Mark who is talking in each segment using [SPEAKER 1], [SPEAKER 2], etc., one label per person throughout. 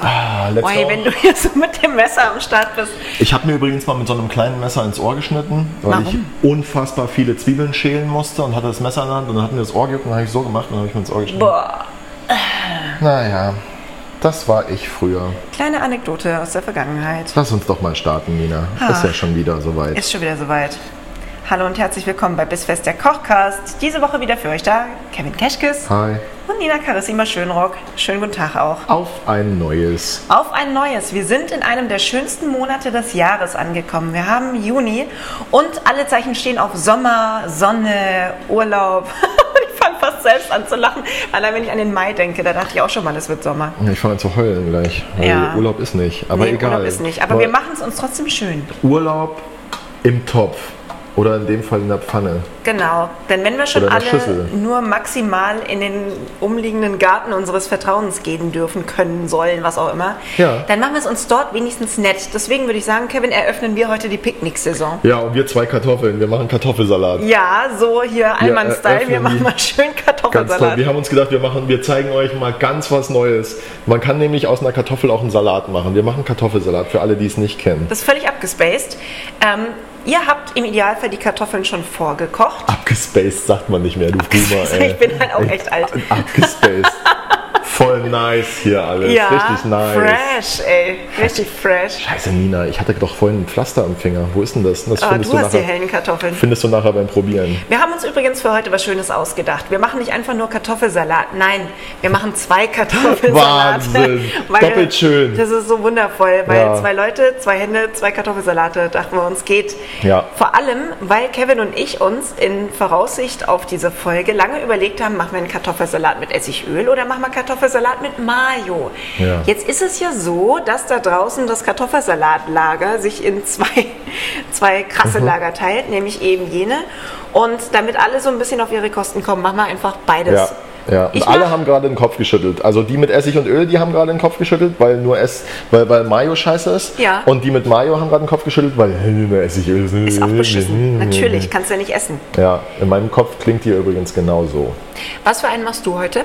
[SPEAKER 1] Ah, let's
[SPEAKER 2] Oi,
[SPEAKER 1] go.
[SPEAKER 2] wenn du hier so mit dem Messer am Start bist.
[SPEAKER 1] Ich habe mir übrigens mal mit so einem kleinen Messer ins Ohr geschnitten, weil
[SPEAKER 3] Warum?
[SPEAKER 1] ich unfassbar viele Zwiebeln schälen musste und hatte das Messer in der Hand und dann hat mir das Ohr gejuckt und dann habe ich so gemacht und dann habe ich mir ins Ohr geschnitten.
[SPEAKER 2] Boah.
[SPEAKER 1] Naja, das war ich früher.
[SPEAKER 2] Kleine Anekdote aus der Vergangenheit.
[SPEAKER 1] Lass uns doch mal starten, Nina. Ist ja schon wieder soweit.
[SPEAKER 2] Ist schon wieder soweit. Hallo und herzlich willkommen bei Bissfest der Kochcast. Diese Woche wieder für euch da Kevin Keschkes
[SPEAKER 1] Hi.
[SPEAKER 2] und Nina Carissima Schönrock. Schönen guten Tag auch.
[SPEAKER 1] Auf ein neues.
[SPEAKER 2] Auf ein neues. Wir sind in einem der schönsten Monate des Jahres angekommen. Wir haben Juni und alle Zeichen stehen auf Sommer, Sonne, Urlaub. ich fange fast selbst an zu lachen. Allein wenn ich an den Mai denke, da dachte ich auch schon mal, es wird Sommer.
[SPEAKER 1] Ich fange an zu heulen gleich. weil
[SPEAKER 2] Ja.
[SPEAKER 1] Urlaub ist nicht. Aber
[SPEAKER 2] Nee,
[SPEAKER 1] egal.
[SPEAKER 2] Urlaub ist nicht. Aber
[SPEAKER 1] Weil
[SPEAKER 2] wir machen es uns trotzdem schön.
[SPEAKER 1] Urlaub im Topf. Oder in dem Fall in der Pfanne.
[SPEAKER 2] Genau. Denn wenn wir schon
[SPEAKER 1] Oder eine
[SPEAKER 2] alle
[SPEAKER 1] Schüssel.
[SPEAKER 2] nur maximal in den umliegenden Garten unseres Vertrauens gehen dürfen, können, sollen, was auch immer,
[SPEAKER 1] Ja.
[SPEAKER 2] dann machen wir es uns dort wenigstens nett. Deswegen würde ich sagen, Kevin, eröffnen wir heute die Picknick-Saison.
[SPEAKER 1] Ja, und wir zwei Kartoffeln. Wir machen Kartoffelsalat.
[SPEAKER 2] Ja, so hier Allmann-Style. Wir
[SPEAKER 1] eröffnen die-
[SPEAKER 2] machen mal schön
[SPEAKER 1] Ganz toll.
[SPEAKER 2] Kartoffelsalat.
[SPEAKER 1] Wir haben uns gedacht, wir, machen, wir zeigen euch mal ganz was Neues. Man kann nämlich aus einer Kartoffel auch einen Salat machen. Wir machen Kartoffelsalat für alle, die es nicht kennen.
[SPEAKER 2] Das ist völlig abgespaced. Ähm, ihr habt im Idealfall die Kartoffeln schon vorgekocht.
[SPEAKER 1] Abgespaced sagt man nicht mehr, du Boomer. ey.
[SPEAKER 2] Ich bin halt auch echt alt.
[SPEAKER 1] Abgespaced. Voll nice hier alles.
[SPEAKER 2] Ja,
[SPEAKER 1] Richtig nice.
[SPEAKER 2] fresh, ey. Richtig fresh.
[SPEAKER 1] Scheiße, Nina, ich hatte doch vorhin ein Pflaster am Finger. Wo ist denn das? Das
[SPEAKER 2] Ah, du hast die
[SPEAKER 1] nachher,
[SPEAKER 2] hellen Kartoffeln.
[SPEAKER 1] findest du nachher beim Probieren.
[SPEAKER 2] Wir haben uns übrigens für heute was Schönes ausgedacht. Wir machen nicht einfach nur Kartoffelsalat. Nein, wir machen zwei Kartoffelsalate.
[SPEAKER 1] Wahnsinn.
[SPEAKER 2] Weil-
[SPEAKER 1] Doppelt schön.
[SPEAKER 2] Das ist so wundervoll, weil
[SPEAKER 1] Ja.
[SPEAKER 2] zwei Leute, zwei Hände, zwei Kartoffelsalate, dachten wir uns, geht.
[SPEAKER 1] Ja.
[SPEAKER 2] Vor allem, weil Kevin und ich uns in Voraussicht auf diese Folge lange überlegt haben, machen wir einen Kartoffelsalat mit Essigöl oder machen wir Kartoffelsalat mit Mayo.
[SPEAKER 1] Ja.
[SPEAKER 2] Jetzt ist es ja so, dass da draußen das Kartoffelsalatlager sich in zwei, zwei
[SPEAKER 1] Mhm.
[SPEAKER 2] krasse Lager teilt, nämlich eben jene. Und damit alle so ein bisschen auf ihre Kosten kommen, machen wir einfach beides.
[SPEAKER 1] Ja. Ja,
[SPEAKER 2] Ich
[SPEAKER 1] und alle
[SPEAKER 2] mach-
[SPEAKER 1] haben gerade den Kopf geschüttelt. Also die mit Essig und Öl, die haben gerade den Kopf geschüttelt, weil nur Ess, weil, weil Mayo scheiße ist.
[SPEAKER 2] Ja.
[SPEAKER 1] Und die mit Mayo haben gerade den Kopf geschüttelt, weil nur Essig Öl
[SPEAKER 2] Ist auch beschissen. Natürlich, kannst du ja nicht essen.
[SPEAKER 1] Ja, in meinem Kopf klingt die übrigens genauso.
[SPEAKER 2] Was für einen machst du heute?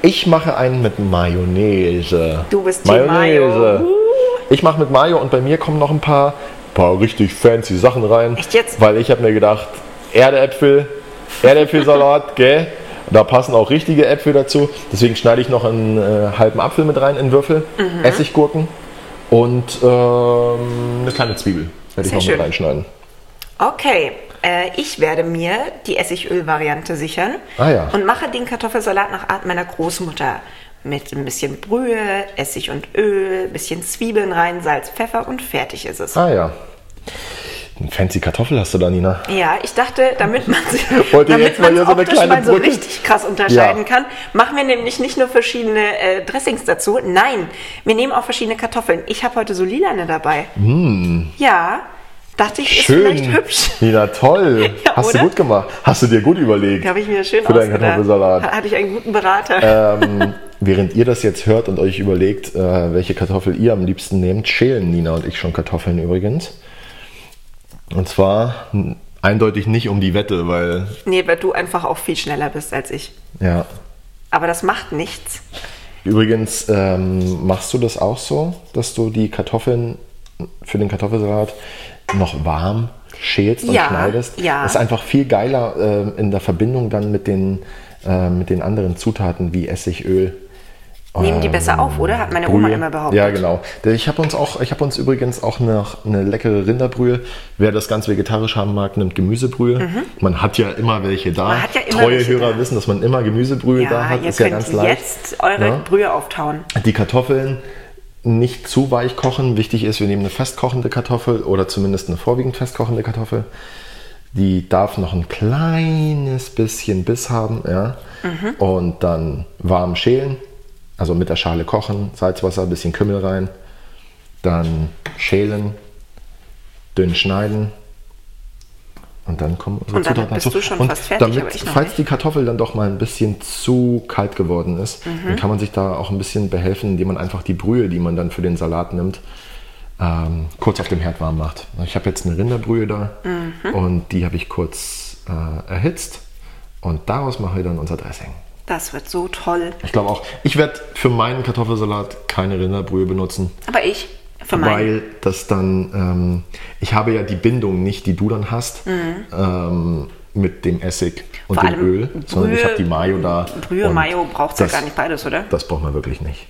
[SPEAKER 1] Ich mache einen mit Mayonnaise.
[SPEAKER 2] Du bist Team Mayo.
[SPEAKER 1] Ich mache mit Mayo und bei mir kommen noch ein paar, paar richtig fancy Sachen rein.
[SPEAKER 2] Echt jetzt?
[SPEAKER 1] Weil ich habe mir gedacht, Erdäpfel, Erdäpfelsalat, gell? Da passen auch richtige Äpfel dazu. Deswegen schneide ich noch einen äh, halben Apfel mit rein in Würfel,
[SPEAKER 2] Mhm.
[SPEAKER 1] Essiggurken und ähm, eine kleine Zwiebel werde ich
[SPEAKER 2] Sehr
[SPEAKER 1] noch
[SPEAKER 2] schön.
[SPEAKER 1] mit reinschneiden.
[SPEAKER 2] Okay, äh, ich werde mir die Essigöl-Variante sichern
[SPEAKER 1] Ah ja.
[SPEAKER 2] und mache den Kartoffelsalat nach Art meiner Großmutter. Mit ein bisschen Brühe, Essig und Öl, ein bisschen Zwiebeln rein, Salz, Pfeffer und fertig ist es.
[SPEAKER 1] Ah ja. Eine fancy Kartoffel hast du da, Nina.
[SPEAKER 2] Ja, ich dachte, damit man sich
[SPEAKER 1] Wollt ihr
[SPEAKER 2] damit
[SPEAKER 1] jetzt mal
[SPEAKER 2] man
[SPEAKER 1] hier so eine
[SPEAKER 2] optisch
[SPEAKER 1] kleine
[SPEAKER 2] mal so
[SPEAKER 1] Brücke?
[SPEAKER 2] richtig krass unterscheiden
[SPEAKER 1] Ja.
[SPEAKER 2] kann, machen wir nämlich nicht nur verschiedene äh, Dressings dazu. Nein, wir nehmen auch verschiedene Kartoffeln. Ich habe heute so lilane dabei. Ja, dachte ich,
[SPEAKER 1] Hm. Schön.
[SPEAKER 2] ist vielleicht hübsch.
[SPEAKER 1] Nina, toll.
[SPEAKER 2] Ja,
[SPEAKER 1] Hast
[SPEAKER 2] oder?
[SPEAKER 1] du gut gemacht. Hast du dir gut überlegt.
[SPEAKER 2] Habe ich mir schön
[SPEAKER 1] Für deinen
[SPEAKER 2] ausgedacht.
[SPEAKER 1] Kartoffelsalat.
[SPEAKER 2] Ha- Hatte ich einen guten Berater.
[SPEAKER 1] ähm, während ihr das jetzt hört und euch überlegt, äh, welche Kartoffel ihr am liebsten nehmt, schälen Nina und ich schon Kartoffeln übrigens. Und zwar n- eindeutig nicht um die Wette, weil
[SPEAKER 2] Nee, weil du einfach auch viel schneller bist als ich.
[SPEAKER 1] ja.
[SPEAKER 2] Aber das macht nichts.
[SPEAKER 1] Übrigens ähm, machst du das auch so, dass du die Kartoffeln für den Kartoffelsalat noch warm schälst und
[SPEAKER 2] Ja,
[SPEAKER 1] schneidest.
[SPEAKER 2] ja.
[SPEAKER 1] Ist einfach viel geiler ähm, in der Verbindung dann mit den, äh, mit den anderen Zutaten wie Essig, Öl.
[SPEAKER 2] Nehmen die besser auf, oder? Hat meine Oma
[SPEAKER 1] Brühe.
[SPEAKER 2] immer behauptet.
[SPEAKER 1] Ja, genau. Ich habe uns auch, ich habe uns übrigens auch noch eine leckere Rinderbrühe. Wer das ganz vegetarisch haben mag, nimmt Gemüsebrühe. Man hat ja immer welche da.
[SPEAKER 2] Mhm. Man hat ja immer
[SPEAKER 1] Treue
[SPEAKER 2] welche
[SPEAKER 1] Hörer
[SPEAKER 2] da.
[SPEAKER 1] wissen, dass man immer Gemüsebrühe
[SPEAKER 2] Ja,
[SPEAKER 1] da hat.
[SPEAKER 2] ihr
[SPEAKER 1] Ist ja
[SPEAKER 2] könnt
[SPEAKER 1] ganz leicht. ne?
[SPEAKER 2] jetzt eure
[SPEAKER 1] Ja.
[SPEAKER 2] Brühe auftauen.
[SPEAKER 1] Die Kartoffeln nicht zu weich kochen. Wichtig ist, wir nehmen eine festkochende Kartoffel oder zumindest eine vorwiegend festkochende Kartoffel. Die darf noch ein kleines bisschen Biss haben, ja. Und dann warm schälen Also mit der Schale kochen, Salzwasser, ein bisschen Kümmel rein, dann schälen, dünn schneiden und dann kommen unsere
[SPEAKER 2] Und damit
[SPEAKER 1] Zutaten
[SPEAKER 2] bist
[SPEAKER 1] dazu.
[SPEAKER 2] du schon
[SPEAKER 1] und
[SPEAKER 2] fast fertig,
[SPEAKER 1] damit,
[SPEAKER 2] aber ich noch
[SPEAKER 1] falls
[SPEAKER 2] nicht.
[SPEAKER 1] die Kartoffel dann doch mal ein bisschen zu kalt geworden ist,
[SPEAKER 2] Mhm.
[SPEAKER 1] dann kann man sich da auch ein bisschen behelfen, indem man einfach die Brühe, die man dann für den Salat nimmt, ähm, kurz auf dem Herd warm macht. Ich habe jetzt eine Rinderbrühe da
[SPEAKER 2] Mhm.
[SPEAKER 1] und die habe ich kurz äh, erhitzt und daraus mache ich dann unser Dressing.
[SPEAKER 2] Das wird so toll.
[SPEAKER 1] Ich glaube auch, ich werde für meinen Kartoffelsalat keine Rinderbrühe benutzen,
[SPEAKER 2] Aber ich, für meinen.
[SPEAKER 1] weil das dann, ähm, ich habe ja die Bindung nicht, die du dann hast, ähm, mit dem Essig und
[SPEAKER 2] Mhm. Vor
[SPEAKER 1] dem
[SPEAKER 2] allem
[SPEAKER 1] Öl, sondern ich
[SPEAKER 2] Brühe-
[SPEAKER 1] habe die Mayo da.
[SPEAKER 2] Brühe,
[SPEAKER 1] und
[SPEAKER 2] Mayo braucht ja
[SPEAKER 1] das-
[SPEAKER 2] gar nicht beides, oder?
[SPEAKER 1] Das braucht man wirklich nicht.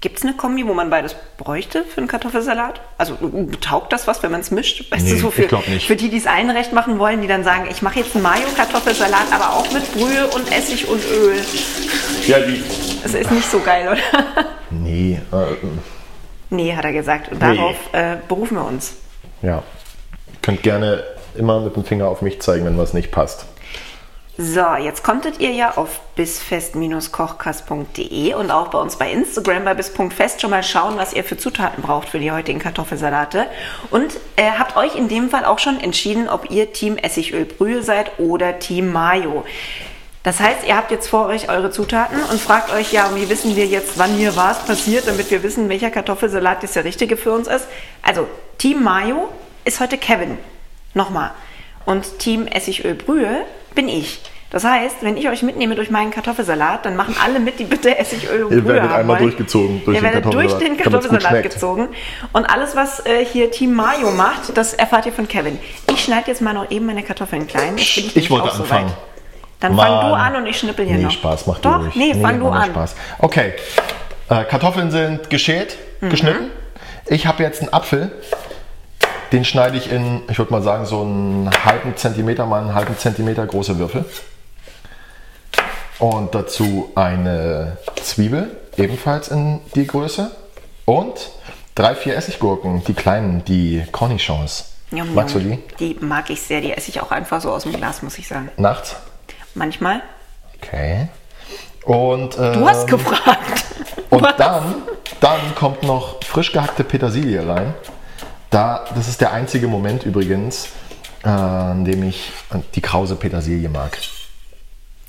[SPEAKER 2] Gibt es eine Kombi, wo man beides bräuchte für einen Kartoffelsalat? Also äh, taugt das was, wenn man es mischt? Weißt
[SPEAKER 1] Nee,
[SPEAKER 2] du, so
[SPEAKER 1] ich
[SPEAKER 2] für,
[SPEAKER 1] glaub nicht.
[SPEAKER 2] für die, die es allen recht machen wollen, die dann sagen, ich mache jetzt einen Mayo-Kartoffelsalat, aber auch mit Brühe und Essig und Öl.
[SPEAKER 1] Ja, die.
[SPEAKER 2] Das ist nicht so geil, oder?
[SPEAKER 1] Nee, äh,
[SPEAKER 2] nee, hat er gesagt. Und darauf äh, berufen wir uns.
[SPEAKER 1] ja. Könnt gerne immer mit dem Finger auf mich zeigen, wenn was nicht passt.
[SPEAKER 2] So, jetzt konntet ihr ja auf bisfest-kochkast.de und auch bei uns bei Instagram bei bis.fest schon mal schauen, was ihr für Zutaten braucht für die heutigen Kartoffelsalate. Und äh, habt euch in dem Fall auch schon entschieden, ob ihr Team Essigölbrühe seid oder Team Mayo. Das heißt, ihr habt jetzt vor euch eure Zutaten und fragt euch, ja, wie wissen wir jetzt, wann hier was passiert, damit wir wissen, welcher Kartoffelsalat jetzt der richtige für uns ist. Also, Team Mayo ist heute Kevin. Nochmal. Und Team Essigölbrühe bin ich. Das heißt, wenn ich euch mitnehme durch meinen Kartoffelsalat, dann machen alle mit, die bitte Essigöl und
[SPEAKER 1] Ihr
[SPEAKER 2] Brühe
[SPEAKER 1] werdet
[SPEAKER 2] haben
[SPEAKER 1] einmal
[SPEAKER 2] wollen.
[SPEAKER 1] durchgezogen durch
[SPEAKER 2] Ihr
[SPEAKER 1] den
[SPEAKER 2] werdet durch
[SPEAKER 1] Kartoffelsalat,
[SPEAKER 2] den
[SPEAKER 1] damit's gut
[SPEAKER 2] Kartoffelsalat
[SPEAKER 1] schmeckt.
[SPEAKER 2] gezogen. Und alles, was äh, hier Team Mayo macht, das erfahrt ihr von Kevin. Ich schneide jetzt mal noch eben meine Kartoffeln klein. Jetzt bin
[SPEAKER 1] Ich
[SPEAKER 2] nämlich
[SPEAKER 1] wollte
[SPEAKER 2] auch soweit.
[SPEAKER 1] anfangen.
[SPEAKER 2] Dann fang du an und ich schnippel hier
[SPEAKER 1] nee,
[SPEAKER 2] noch.
[SPEAKER 1] Spaß, mach
[SPEAKER 2] Doch,
[SPEAKER 1] du ruhig.
[SPEAKER 2] Nee, fang du
[SPEAKER 1] mach mal
[SPEAKER 2] an.
[SPEAKER 1] Spaß. Okay, äh, Kartoffeln sind geschält,
[SPEAKER 2] Mhm.
[SPEAKER 1] geschnitten. Ich habe jetzt einen Apfel. Den schneide ich in, ich würde mal sagen, so einen halben Zentimeter mal einen halben Zentimeter große Würfel. Und dazu eine Zwiebel, ebenfalls in die Größe. Und drei, vier Essiggurken, die kleinen, die Cornichons.
[SPEAKER 2] Yum,
[SPEAKER 1] Magst du
[SPEAKER 2] yum.
[SPEAKER 1] die?
[SPEAKER 2] Die mag ich sehr. Die esse ich auch einfach so aus dem Glas, muss ich sagen.
[SPEAKER 1] Nachts?
[SPEAKER 2] Manchmal.
[SPEAKER 1] Okay. Und,
[SPEAKER 2] Du hast gefragt.
[SPEAKER 1] Ähm. Und
[SPEAKER 2] Was?
[SPEAKER 1] dann, dann kommt noch frisch gehackte Petersilie rein. Da, das ist der einzige Moment übrigens, äh, an dem ich die krause Petersilie mag.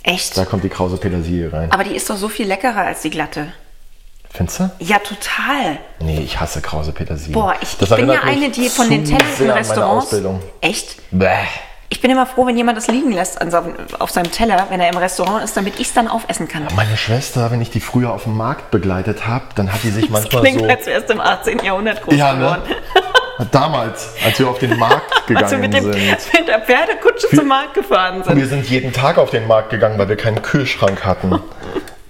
[SPEAKER 2] Echt?
[SPEAKER 1] Da kommt die krause Petersilie rein.
[SPEAKER 2] Aber die ist doch so viel leckerer als die glatte.
[SPEAKER 1] Findest du?
[SPEAKER 2] Ja, total.
[SPEAKER 1] Nee, ich hasse krause Petersilie.
[SPEAKER 2] Boah, ich,
[SPEAKER 1] Das
[SPEAKER 2] ich bin ja
[SPEAKER 1] erinnert mich
[SPEAKER 2] eine, die von
[SPEAKER 1] zu
[SPEAKER 2] den
[SPEAKER 1] sehr
[SPEAKER 2] Tellern
[SPEAKER 1] an meine
[SPEAKER 2] Restaurants.
[SPEAKER 1] Ausbildung.
[SPEAKER 2] Echt?
[SPEAKER 1] Bäh.
[SPEAKER 2] Ich bin immer froh, wenn jemand das liegen lässt an seinem, auf seinem Teller, wenn er im Restaurant ist, damit ich es dann aufessen kann.
[SPEAKER 1] Meine Schwester, wenn ich die früher auf dem Markt begleitet habe, dann hat die sich
[SPEAKER 2] Das
[SPEAKER 1] manchmal
[SPEAKER 2] klingt,
[SPEAKER 1] so.
[SPEAKER 2] als wärst du im 18. Jahrhundert groß
[SPEAKER 1] Ja, ne?
[SPEAKER 2] geworden.
[SPEAKER 1] Damals, als wir auf den Markt gegangen
[SPEAKER 2] Als wir mit, dem,
[SPEAKER 1] sind.
[SPEAKER 2] mit der Pferdekutsche zum Markt gefahren sind.
[SPEAKER 1] Wir sind jeden Tag auf den Markt gegangen, weil wir keinen Kühlschrank hatten. ähm,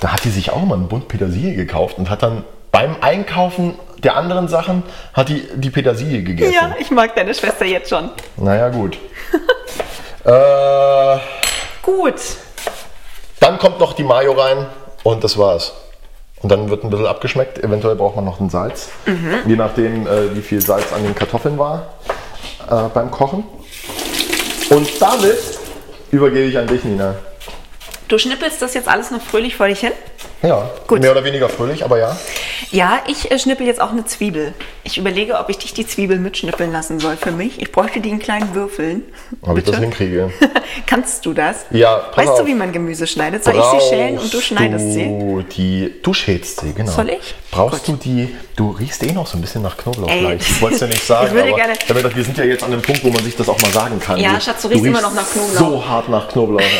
[SPEAKER 1] da hat die sich auch mal einen Bund Petersilie gekauft und hat dann beim Einkaufen der anderen Sachen hat die, die Petersilie gegessen.
[SPEAKER 2] Ja, ich mag deine Schwester jetzt schon.
[SPEAKER 1] Naja, gut. äh,
[SPEAKER 2] Gut.
[SPEAKER 1] dann kommt noch die Mayo rein und das war's. Und dann wird ein bisschen abgeschmeckt. Eventuell braucht man noch ein Salz. Je nachdem, äh, wie viel Salz an den Kartoffeln war äh, beim Kochen. Und damit übergebe ich an dich, Nina.
[SPEAKER 2] Du schnippelst das jetzt alles noch fröhlich vor dich hin?
[SPEAKER 1] Ja,
[SPEAKER 2] Gut.
[SPEAKER 1] mehr oder weniger fröhlich, aber ja.
[SPEAKER 2] Ja, ich äh, schnippel jetzt auch eine Zwiebel. Ich überlege, ob ich dich die Zwiebel mitschnippeln lassen soll für mich. Ich bräuchte die in kleinen Würfeln.
[SPEAKER 1] Ob ich das hinkriege?
[SPEAKER 2] Kannst du das?
[SPEAKER 1] Ja, pass
[SPEAKER 2] Weißt du,
[SPEAKER 1] auf.
[SPEAKER 2] wie man Gemüse schneidet? Soll ich sie schälen und du
[SPEAKER 1] Brauchst
[SPEAKER 2] schneidest sie?
[SPEAKER 1] du Die, du schälst sie, genau.
[SPEAKER 2] Soll ich?
[SPEAKER 1] Brauchst du die, du riechst eh noch so ein bisschen nach Knoblauch
[SPEAKER 2] Ey.
[SPEAKER 1] gleich. Ich wollte es ja nicht sagen,
[SPEAKER 2] Ich würde
[SPEAKER 1] aber
[SPEAKER 2] gerne-
[SPEAKER 1] ich hab mir gedacht, wir sind ja jetzt an dem Punkt, wo man sich das auch mal sagen kann.
[SPEAKER 2] Ja,
[SPEAKER 1] Du-
[SPEAKER 2] Schatz, du riechst immer noch nach Knoblauch.
[SPEAKER 1] so hart nach Knoblauch.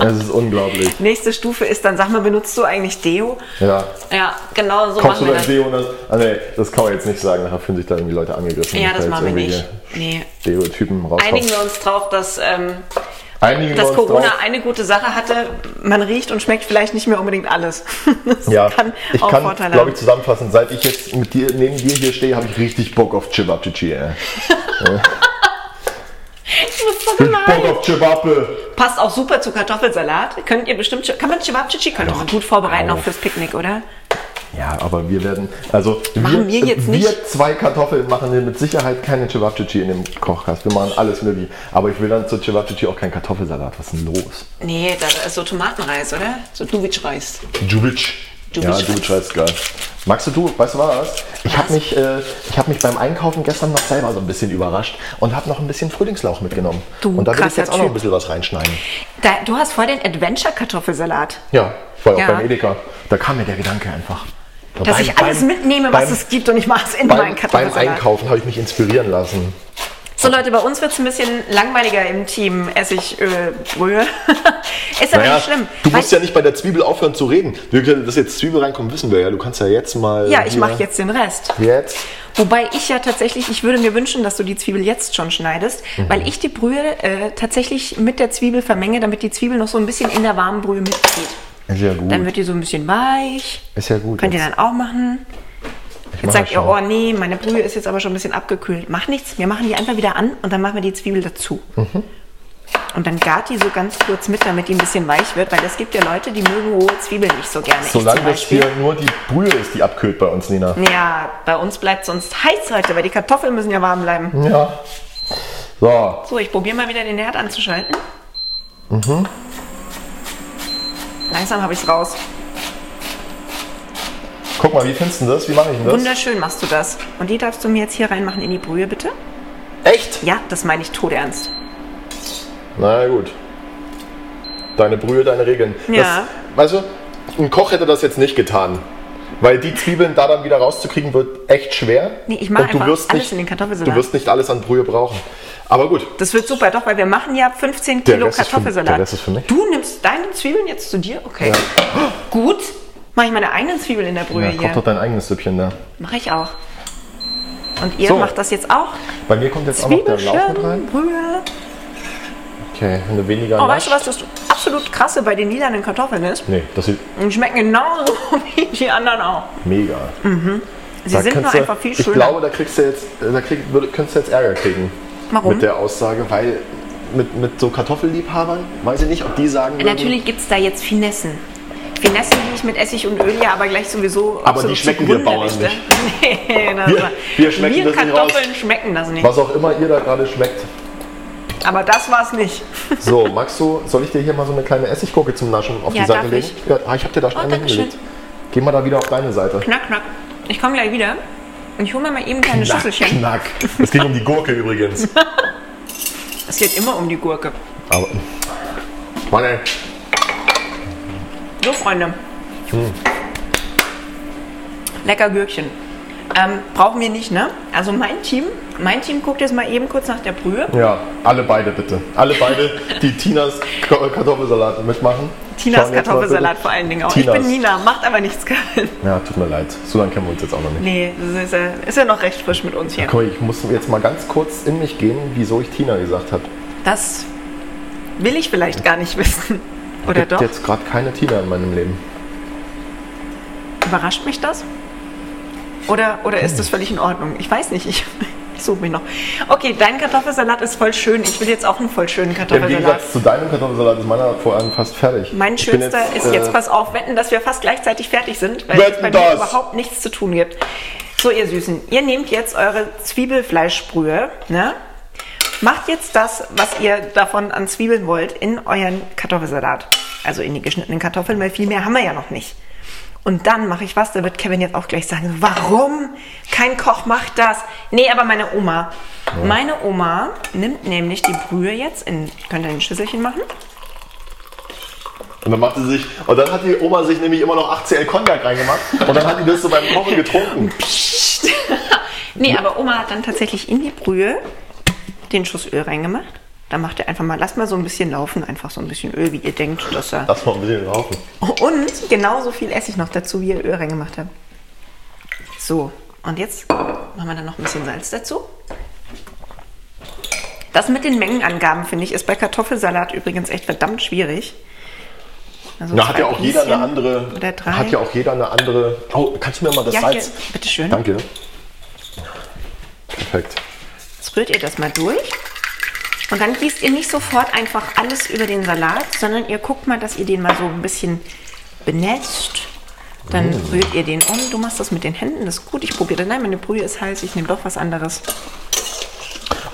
[SPEAKER 1] Ja. Es ist unglaublich.
[SPEAKER 2] Nächste Stufe ist dann, sag mal, benutzt du eigentlich Deo?
[SPEAKER 1] Ja.
[SPEAKER 2] Ja, genau so
[SPEAKER 1] Kommst du
[SPEAKER 2] machen wir
[SPEAKER 1] dann
[SPEAKER 2] das.
[SPEAKER 1] Deo und das... Ah, nee, das kann man jetzt nicht sagen. Nachher fühlen sich da irgendwie Leute angegriffen.
[SPEAKER 2] Ja,
[SPEAKER 1] wenn
[SPEAKER 2] das
[SPEAKER 1] da jetzt
[SPEAKER 2] machen wir nicht.
[SPEAKER 1] irgendwelche
[SPEAKER 2] Nee.
[SPEAKER 1] Stereotypen rauskommen.
[SPEAKER 2] Einigen wir uns drauf, dass, ähm,
[SPEAKER 1] Einigen wir
[SPEAKER 2] dass
[SPEAKER 1] uns
[SPEAKER 2] Corona
[SPEAKER 1] drauf.
[SPEAKER 2] eine gute Sache hatte. Man riecht und schmeckt vielleicht nicht mehr unbedingt alles. Das
[SPEAKER 1] Ja,
[SPEAKER 2] kann
[SPEAKER 1] ich
[SPEAKER 2] auch
[SPEAKER 1] kann,
[SPEAKER 2] Vorteile
[SPEAKER 1] glaube
[SPEAKER 2] haben.
[SPEAKER 1] ich, zusammenfassen, seit ich jetzt mit dir, neben dir hier stehe, habe ich richtig Bock auf äh. Chibachichi, ey.
[SPEAKER 2] Ich muss so
[SPEAKER 1] Ich hab
[SPEAKER 2] gemein.
[SPEAKER 1] Bock auf Chibappe.
[SPEAKER 2] Passt auch super zu Kartoffelsalat. Könnt ihr bestimmt, kann man Chivapchichi, könnte man gut vorbereiten,
[SPEAKER 1] auf.
[SPEAKER 2] auch fürs Picknick, oder?
[SPEAKER 1] Ja, aber wir werden, also
[SPEAKER 2] Machen wir jetzt
[SPEAKER 1] wir
[SPEAKER 2] nicht.
[SPEAKER 1] zwei Kartoffeln machen hier mit Sicherheit keine Cevapcici in dem Kochkast. Wir machen alles mögliche. Aber ich will dann zu Cevapcici auch keinen Kartoffelsalat. Was ist denn los?
[SPEAKER 2] Nee, da ist so Tomatenreis, oder? So Dubitsch-Reis.
[SPEAKER 1] Jubic.
[SPEAKER 2] Jubic.
[SPEAKER 1] Ja, Jubic heißt geil. Magst du, du, weißt du was? Ich habe mich, äh, ich hab mich beim Einkaufen gestern noch selber so ein bisschen überrascht und habe noch ein bisschen Frühlingslauch mitgenommen.
[SPEAKER 3] Du
[SPEAKER 1] und da will ich
[SPEAKER 3] krasser
[SPEAKER 1] jetzt auch noch ein
[SPEAKER 3] Typ.
[SPEAKER 1] bisschen was reinschneiden.
[SPEAKER 2] Da, du hast vorhin den Adventure-Kartoffelsalat.
[SPEAKER 1] Ja, ich war ja
[SPEAKER 2] Ja.
[SPEAKER 1] auch beim Edeka. Da kam mir der Gedanke einfach.
[SPEAKER 2] Dass
[SPEAKER 1] Beim-
[SPEAKER 2] ich alles
[SPEAKER 1] beim-
[SPEAKER 2] mitnehme, was
[SPEAKER 1] beim,
[SPEAKER 2] es gibt und ich mache es in meinen
[SPEAKER 1] beim, beim
[SPEAKER 2] Kartoffelsalat.
[SPEAKER 1] Einkaufen habe ich mich inspirieren lassen.
[SPEAKER 2] So Leute, bei uns wird es ein bisschen langweiliger im Team Essigbrühe. Ist aber nicht schlimm.
[SPEAKER 1] du musst ja
[SPEAKER 2] Weil-
[SPEAKER 1] nicht bei der Zwiebel aufhören zu reden. Wir können- Dass jetzt Zwiebel reinkommt, wissen wir ja. Du kannst ja jetzt mal.
[SPEAKER 2] ja, ich
[SPEAKER 1] hier-
[SPEAKER 2] mache jetzt den Rest.
[SPEAKER 1] Jetzt.
[SPEAKER 2] Wobei ich ja tatsächlich, ich würde mir wünschen, dass du die Zwiebel jetzt schon schneidest, weil ich die Brühe äh, tatsächlich mit der Zwiebel vermenge, damit die Zwiebel noch so ein bisschen in der warmen Brühe mitgeht.
[SPEAKER 1] Ist ja gut.
[SPEAKER 2] Dann wird die so ein bisschen weich.
[SPEAKER 1] Ist ja gut.
[SPEAKER 2] Könnt ihr
[SPEAKER 1] jetzt.
[SPEAKER 2] dann auch machen.
[SPEAKER 1] Ich mach
[SPEAKER 2] Jetzt sagt
[SPEAKER 1] ja
[SPEAKER 2] ihr,
[SPEAKER 1] schon.
[SPEAKER 2] oh nee, meine Brühe ist jetzt aber schon ein bisschen abgekühlt. Macht nichts, wir machen die einfach wieder an und dann machen wir die Zwiebel dazu.
[SPEAKER 1] Mhm.
[SPEAKER 2] Und dann gart die so ganz kurz mit, damit die ein bisschen weich wird, weil es gibt ja Leute, die mögen rohe Zwiebeln nicht so gerne. Ich zum
[SPEAKER 1] Solange das
[SPEAKER 2] Beispiel.
[SPEAKER 1] hier nur die Brühe ist, die abkühlt bei uns, Nina.
[SPEAKER 2] Ja, bei uns bleibt sonst heiß heute, weil die Kartoffeln müssen ja warm bleiben.
[SPEAKER 1] Ja. So,
[SPEAKER 2] So, ich probiere mal wieder den Herd anzuschalten.
[SPEAKER 1] Mhm.
[SPEAKER 2] Langsam habe ich es raus.
[SPEAKER 1] guck mal, wie findest du das? Wie mache ich denn das?
[SPEAKER 2] Wunderschön machst du das. Und die darfst du mir jetzt hier reinmachen in die Brühe, bitte?
[SPEAKER 1] Echt?
[SPEAKER 2] Ja, das meine ich todernst.
[SPEAKER 1] Na ja, gut. Deine Brühe, deine Regeln.
[SPEAKER 2] Ja.
[SPEAKER 1] Das, weißt du, ein Koch hätte das jetzt nicht getan. Weil die Zwiebeln da dann wieder rauszukriegen, wird echt schwer.
[SPEAKER 2] Nee, ich mach
[SPEAKER 1] Und du
[SPEAKER 2] einfach
[SPEAKER 1] wirst
[SPEAKER 2] alles
[SPEAKER 1] nicht,
[SPEAKER 2] in den Kartoffelsalat.
[SPEAKER 1] Du wirst nicht alles an Brühe brauchen. Aber gut,
[SPEAKER 2] Das wird super, doch, weil wir machen ja 15
[SPEAKER 1] Der
[SPEAKER 2] Kilo
[SPEAKER 1] Rest ist für-
[SPEAKER 2] Kartoffelsalat.
[SPEAKER 1] der Rest ist für mich.
[SPEAKER 2] Du nimmst deine Zwiebeln jetzt zu dir? Okay. Oh, Gut. Mache ich meine eigenen Zwiebeln in der
[SPEAKER 1] ja,
[SPEAKER 2] Brühe
[SPEAKER 1] koch doch
[SPEAKER 2] hier.
[SPEAKER 1] dein eigenes Süppchen da.
[SPEAKER 2] Mache ich auch. Und ihr
[SPEAKER 1] So.
[SPEAKER 2] macht das jetzt auch?
[SPEAKER 1] Bei mir kommt jetzt auch noch der Lauch mit
[SPEAKER 2] Zwiebeln,
[SPEAKER 1] rein.
[SPEAKER 2] Brühe.
[SPEAKER 1] Okay, wenn du weniger
[SPEAKER 2] Oh,
[SPEAKER 1] nascht-
[SPEAKER 2] weißt du, was das absolut krasse bei den lilanen Kartoffeln ist?
[SPEAKER 1] Nee, das sieht
[SPEAKER 2] Die schmecken genauso wie die anderen auch.
[SPEAKER 1] mega.
[SPEAKER 2] Sie sind nur
[SPEAKER 1] kannst du-
[SPEAKER 2] einfach viel schöner.
[SPEAKER 1] Ich glaube, da kriegst du jetzt, äh, da krieg, würde- könntest du jetzt Ärger kriegen.
[SPEAKER 2] Warum?
[SPEAKER 1] Mit der Aussage, weil mit, mit so Kartoffelliebhabern, weiß ich nicht, ob die sagen würden,
[SPEAKER 2] Äh, Natürlich gibt es da jetzt Finessen. Finessen, die ich mit Essig und Öl ja aber gleich sowieso.
[SPEAKER 1] Aber die
[SPEAKER 2] absolut
[SPEAKER 1] schmecken wir
[SPEAKER 2] zugrunde
[SPEAKER 1] Bauern
[SPEAKER 2] richte.
[SPEAKER 1] nicht.
[SPEAKER 2] Nee, das
[SPEAKER 1] Wir-
[SPEAKER 2] war-
[SPEAKER 1] wir schmecken
[SPEAKER 2] wir
[SPEAKER 1] das nicht
[SPEAKER 2] Kartoffeln
[SPEAKER 1] raus.
[SPEAKER 2] schmecken das nicht.
[SPEAKER 1] was auch immer ihr da gerade schmeckt.
[SPEAKER 2] Aber das war's nicht.
[SPEAKER 1] So, magst du, soll ich dir hier mal so eine kleine Essiggurke zum Naschen auf
[SPEAKER 2] Ja,
[SPEAKER 1] die Seite
[SPEAKER 2] darf
[SPEAKER 1] legen?
[SPEAKER 2] ich?
[SPEAKER 1] Ja, ah, ich habe dir da schon
[SPEAKER 2] Oh,
[SPEAKER 1] eine
[SPEAKER 2] danke schön.
[SPEAKER 1] hingelegt. Geh mal da wieder auf deine Seite.
[SPEAKER 2] Knack, knack. Ich komme gleich wieder. Und ich hole mir mal eben kleine Schüsselchen.
[SPEAKER 1] knack. Es ging um die Gurke übrigens.
[SPEAKER 2] Es geht immer um die Gurke.
[SPEAKER 1] Aber, Mann, ey.
[SPEAKER 2] So, Freunde.
[SPEAKER 1] Hm.
[SPEAKER 2] Lecker Gürkchen. Ähm, brauchen wir nicht, ne? Also mein Team, mein Team guckt jetzt mal eben kurz nach der Brühe.
[SPEAKER 1] Ja, alle beide bitte. Alle beide, die Tinas Ka- Kartoffelsalat mitmachen.
[SPEAKER 2] Tinas
[SPEAKER 1] Schauen jetzt mal
[SPEAKER 2] Kartoffelsalat
[SPEAKER 1] bitte.
[SPEAKER 2] vor allen Dingen auch.
[SPEAKER 1] Tinas.
[SPEAKER 2] Ich bin Nina, macht aber nichts Köln.
[SPEAKER 1] Ja, tut mir leid. So lange kennen wir uns jetzt auch noch nicht.
[SPEAKER 2] Nee, das ist, ja, ist ja noch recht frisch mit uns hier.
[SPEAKER 1] Guck mal, ich muss jetzt mal ganz kurz in mich gehen, wieso ich Tina gesagt habe.
[SPEAKER 2] Das will ich vielleicht gar nicht wissen. Oder
[SPEAKER 1] gibt
[SPEAKER 2] doch?
[SPEAKER 1] jetzt gerade keine Tina in meinem Leben.
[SPEAKER 2] Überrascht mich das? Oder, oder ist das völlig in Ordnung? Ich weiß nicht, ich, ich suche mich noch. Okay, dein Kartoffelsalat ist voll schön. Ich will jetzt auch einen voll schönen
[SPEAKER 1] Im
[SPEAKER 2] Kartoffelsalat.
[SPEAKER 1] Gegensatz zu deinem Kartoffelsalat ist meiner vor allem fast fertig.
[SPEAKER 2] also Mein
[SPEAKER 1] Ich bin
[SPEAKER 2] schönster ist
[SPEAKER 1] äh,
[SPEAKER 2] jetzt, pass auf, wetten, dass wir fast gleichzeitig fertig sind, weil
[SPEAKER 1] Wetten
[SPEAKER 2] es bei mir
[SPEAKER 1] das.
[SPEAKER 2] überhaupt nichts zu tun gibt. So, ihr Süßen, ihr nehmt jetzt eure Zwiebelfleischbrühe, ne? Macht jetzt das, was ihr davon an Zwiebeln wollt, in euren Kartoffelsalat. Also in die geschnittenen Kartoffeln, weil viel mehr haben wir ja noch nicht. Und dann mache ich was, da wird Kevin jetzt auch gleich sagen, warum? Kein Koch macht das. Nee, aber meine Oma. Meine Oma nimmt nämlich die Brühe jetzt in, könnt ihr in ein Schüsselchen machen?
[SPEAKER 1] Und dann machte sie sich, und dann hat die Oma sich nämlich immer noch 8 CL Cognac reingemacht und dann hat die das so beim Kochen getrunken.
[SPEAKER 2] Psst. nee, aber Oma hat dann tatsächlich in die Brühe den Schuss Öl reingemacht. Dann macht er einfach mal, lasst mal so ein bisschen laufen, einfach so ein bisschen Öl, wie ihr denkt, dass er.
[SPEAKER 1] Lass mal ein bisschen laufen.
[SPEAKER 2] Und genauso viel Essig noch dazu, wie ihr Öl reingemacht habt. So, und jetzt machen wir dann noch ein bisschen Salz dazu. Das mit den Mengenangaben, finde ich, ist bei Kartoffelsalat übrigens echt verdammt schwierig. Also
[SPEAKER 1] Da hat
[SPEAKER 2] zwei
[SPEAKER 1] ja auch jeder eine
[SPEAKER 2] Pieschen
[SPEAKER 1] andere.
[SPEAKER 2] Oder drei.
[SPEAKER 1] Hat ja auch jeder eine andere. Oh, kannst du mir mal das
[SPEAKER 2] Ja, hier,
[SPEAKER 1] Salz?
[SPEAKER 2] bitteschön.
[SPEAKER 1] Danke. Perfekt.
[SPEAKER 2] Jetzt rührt ihr das mal durch. Und dann gießt ihr nicht sofort einfach alles über den Salat, sondern ihr guckt mal, dass ihr den mal so ein bisschen benetzt, Dann
[SPEAKER 1] Oh.
[SPEAKER 2] rührt ihr den um. Du machst das mit den Händen, das ist gut. Ich probiere. Nein, meine Brühe ist heiß, ich nehme doch was anderes.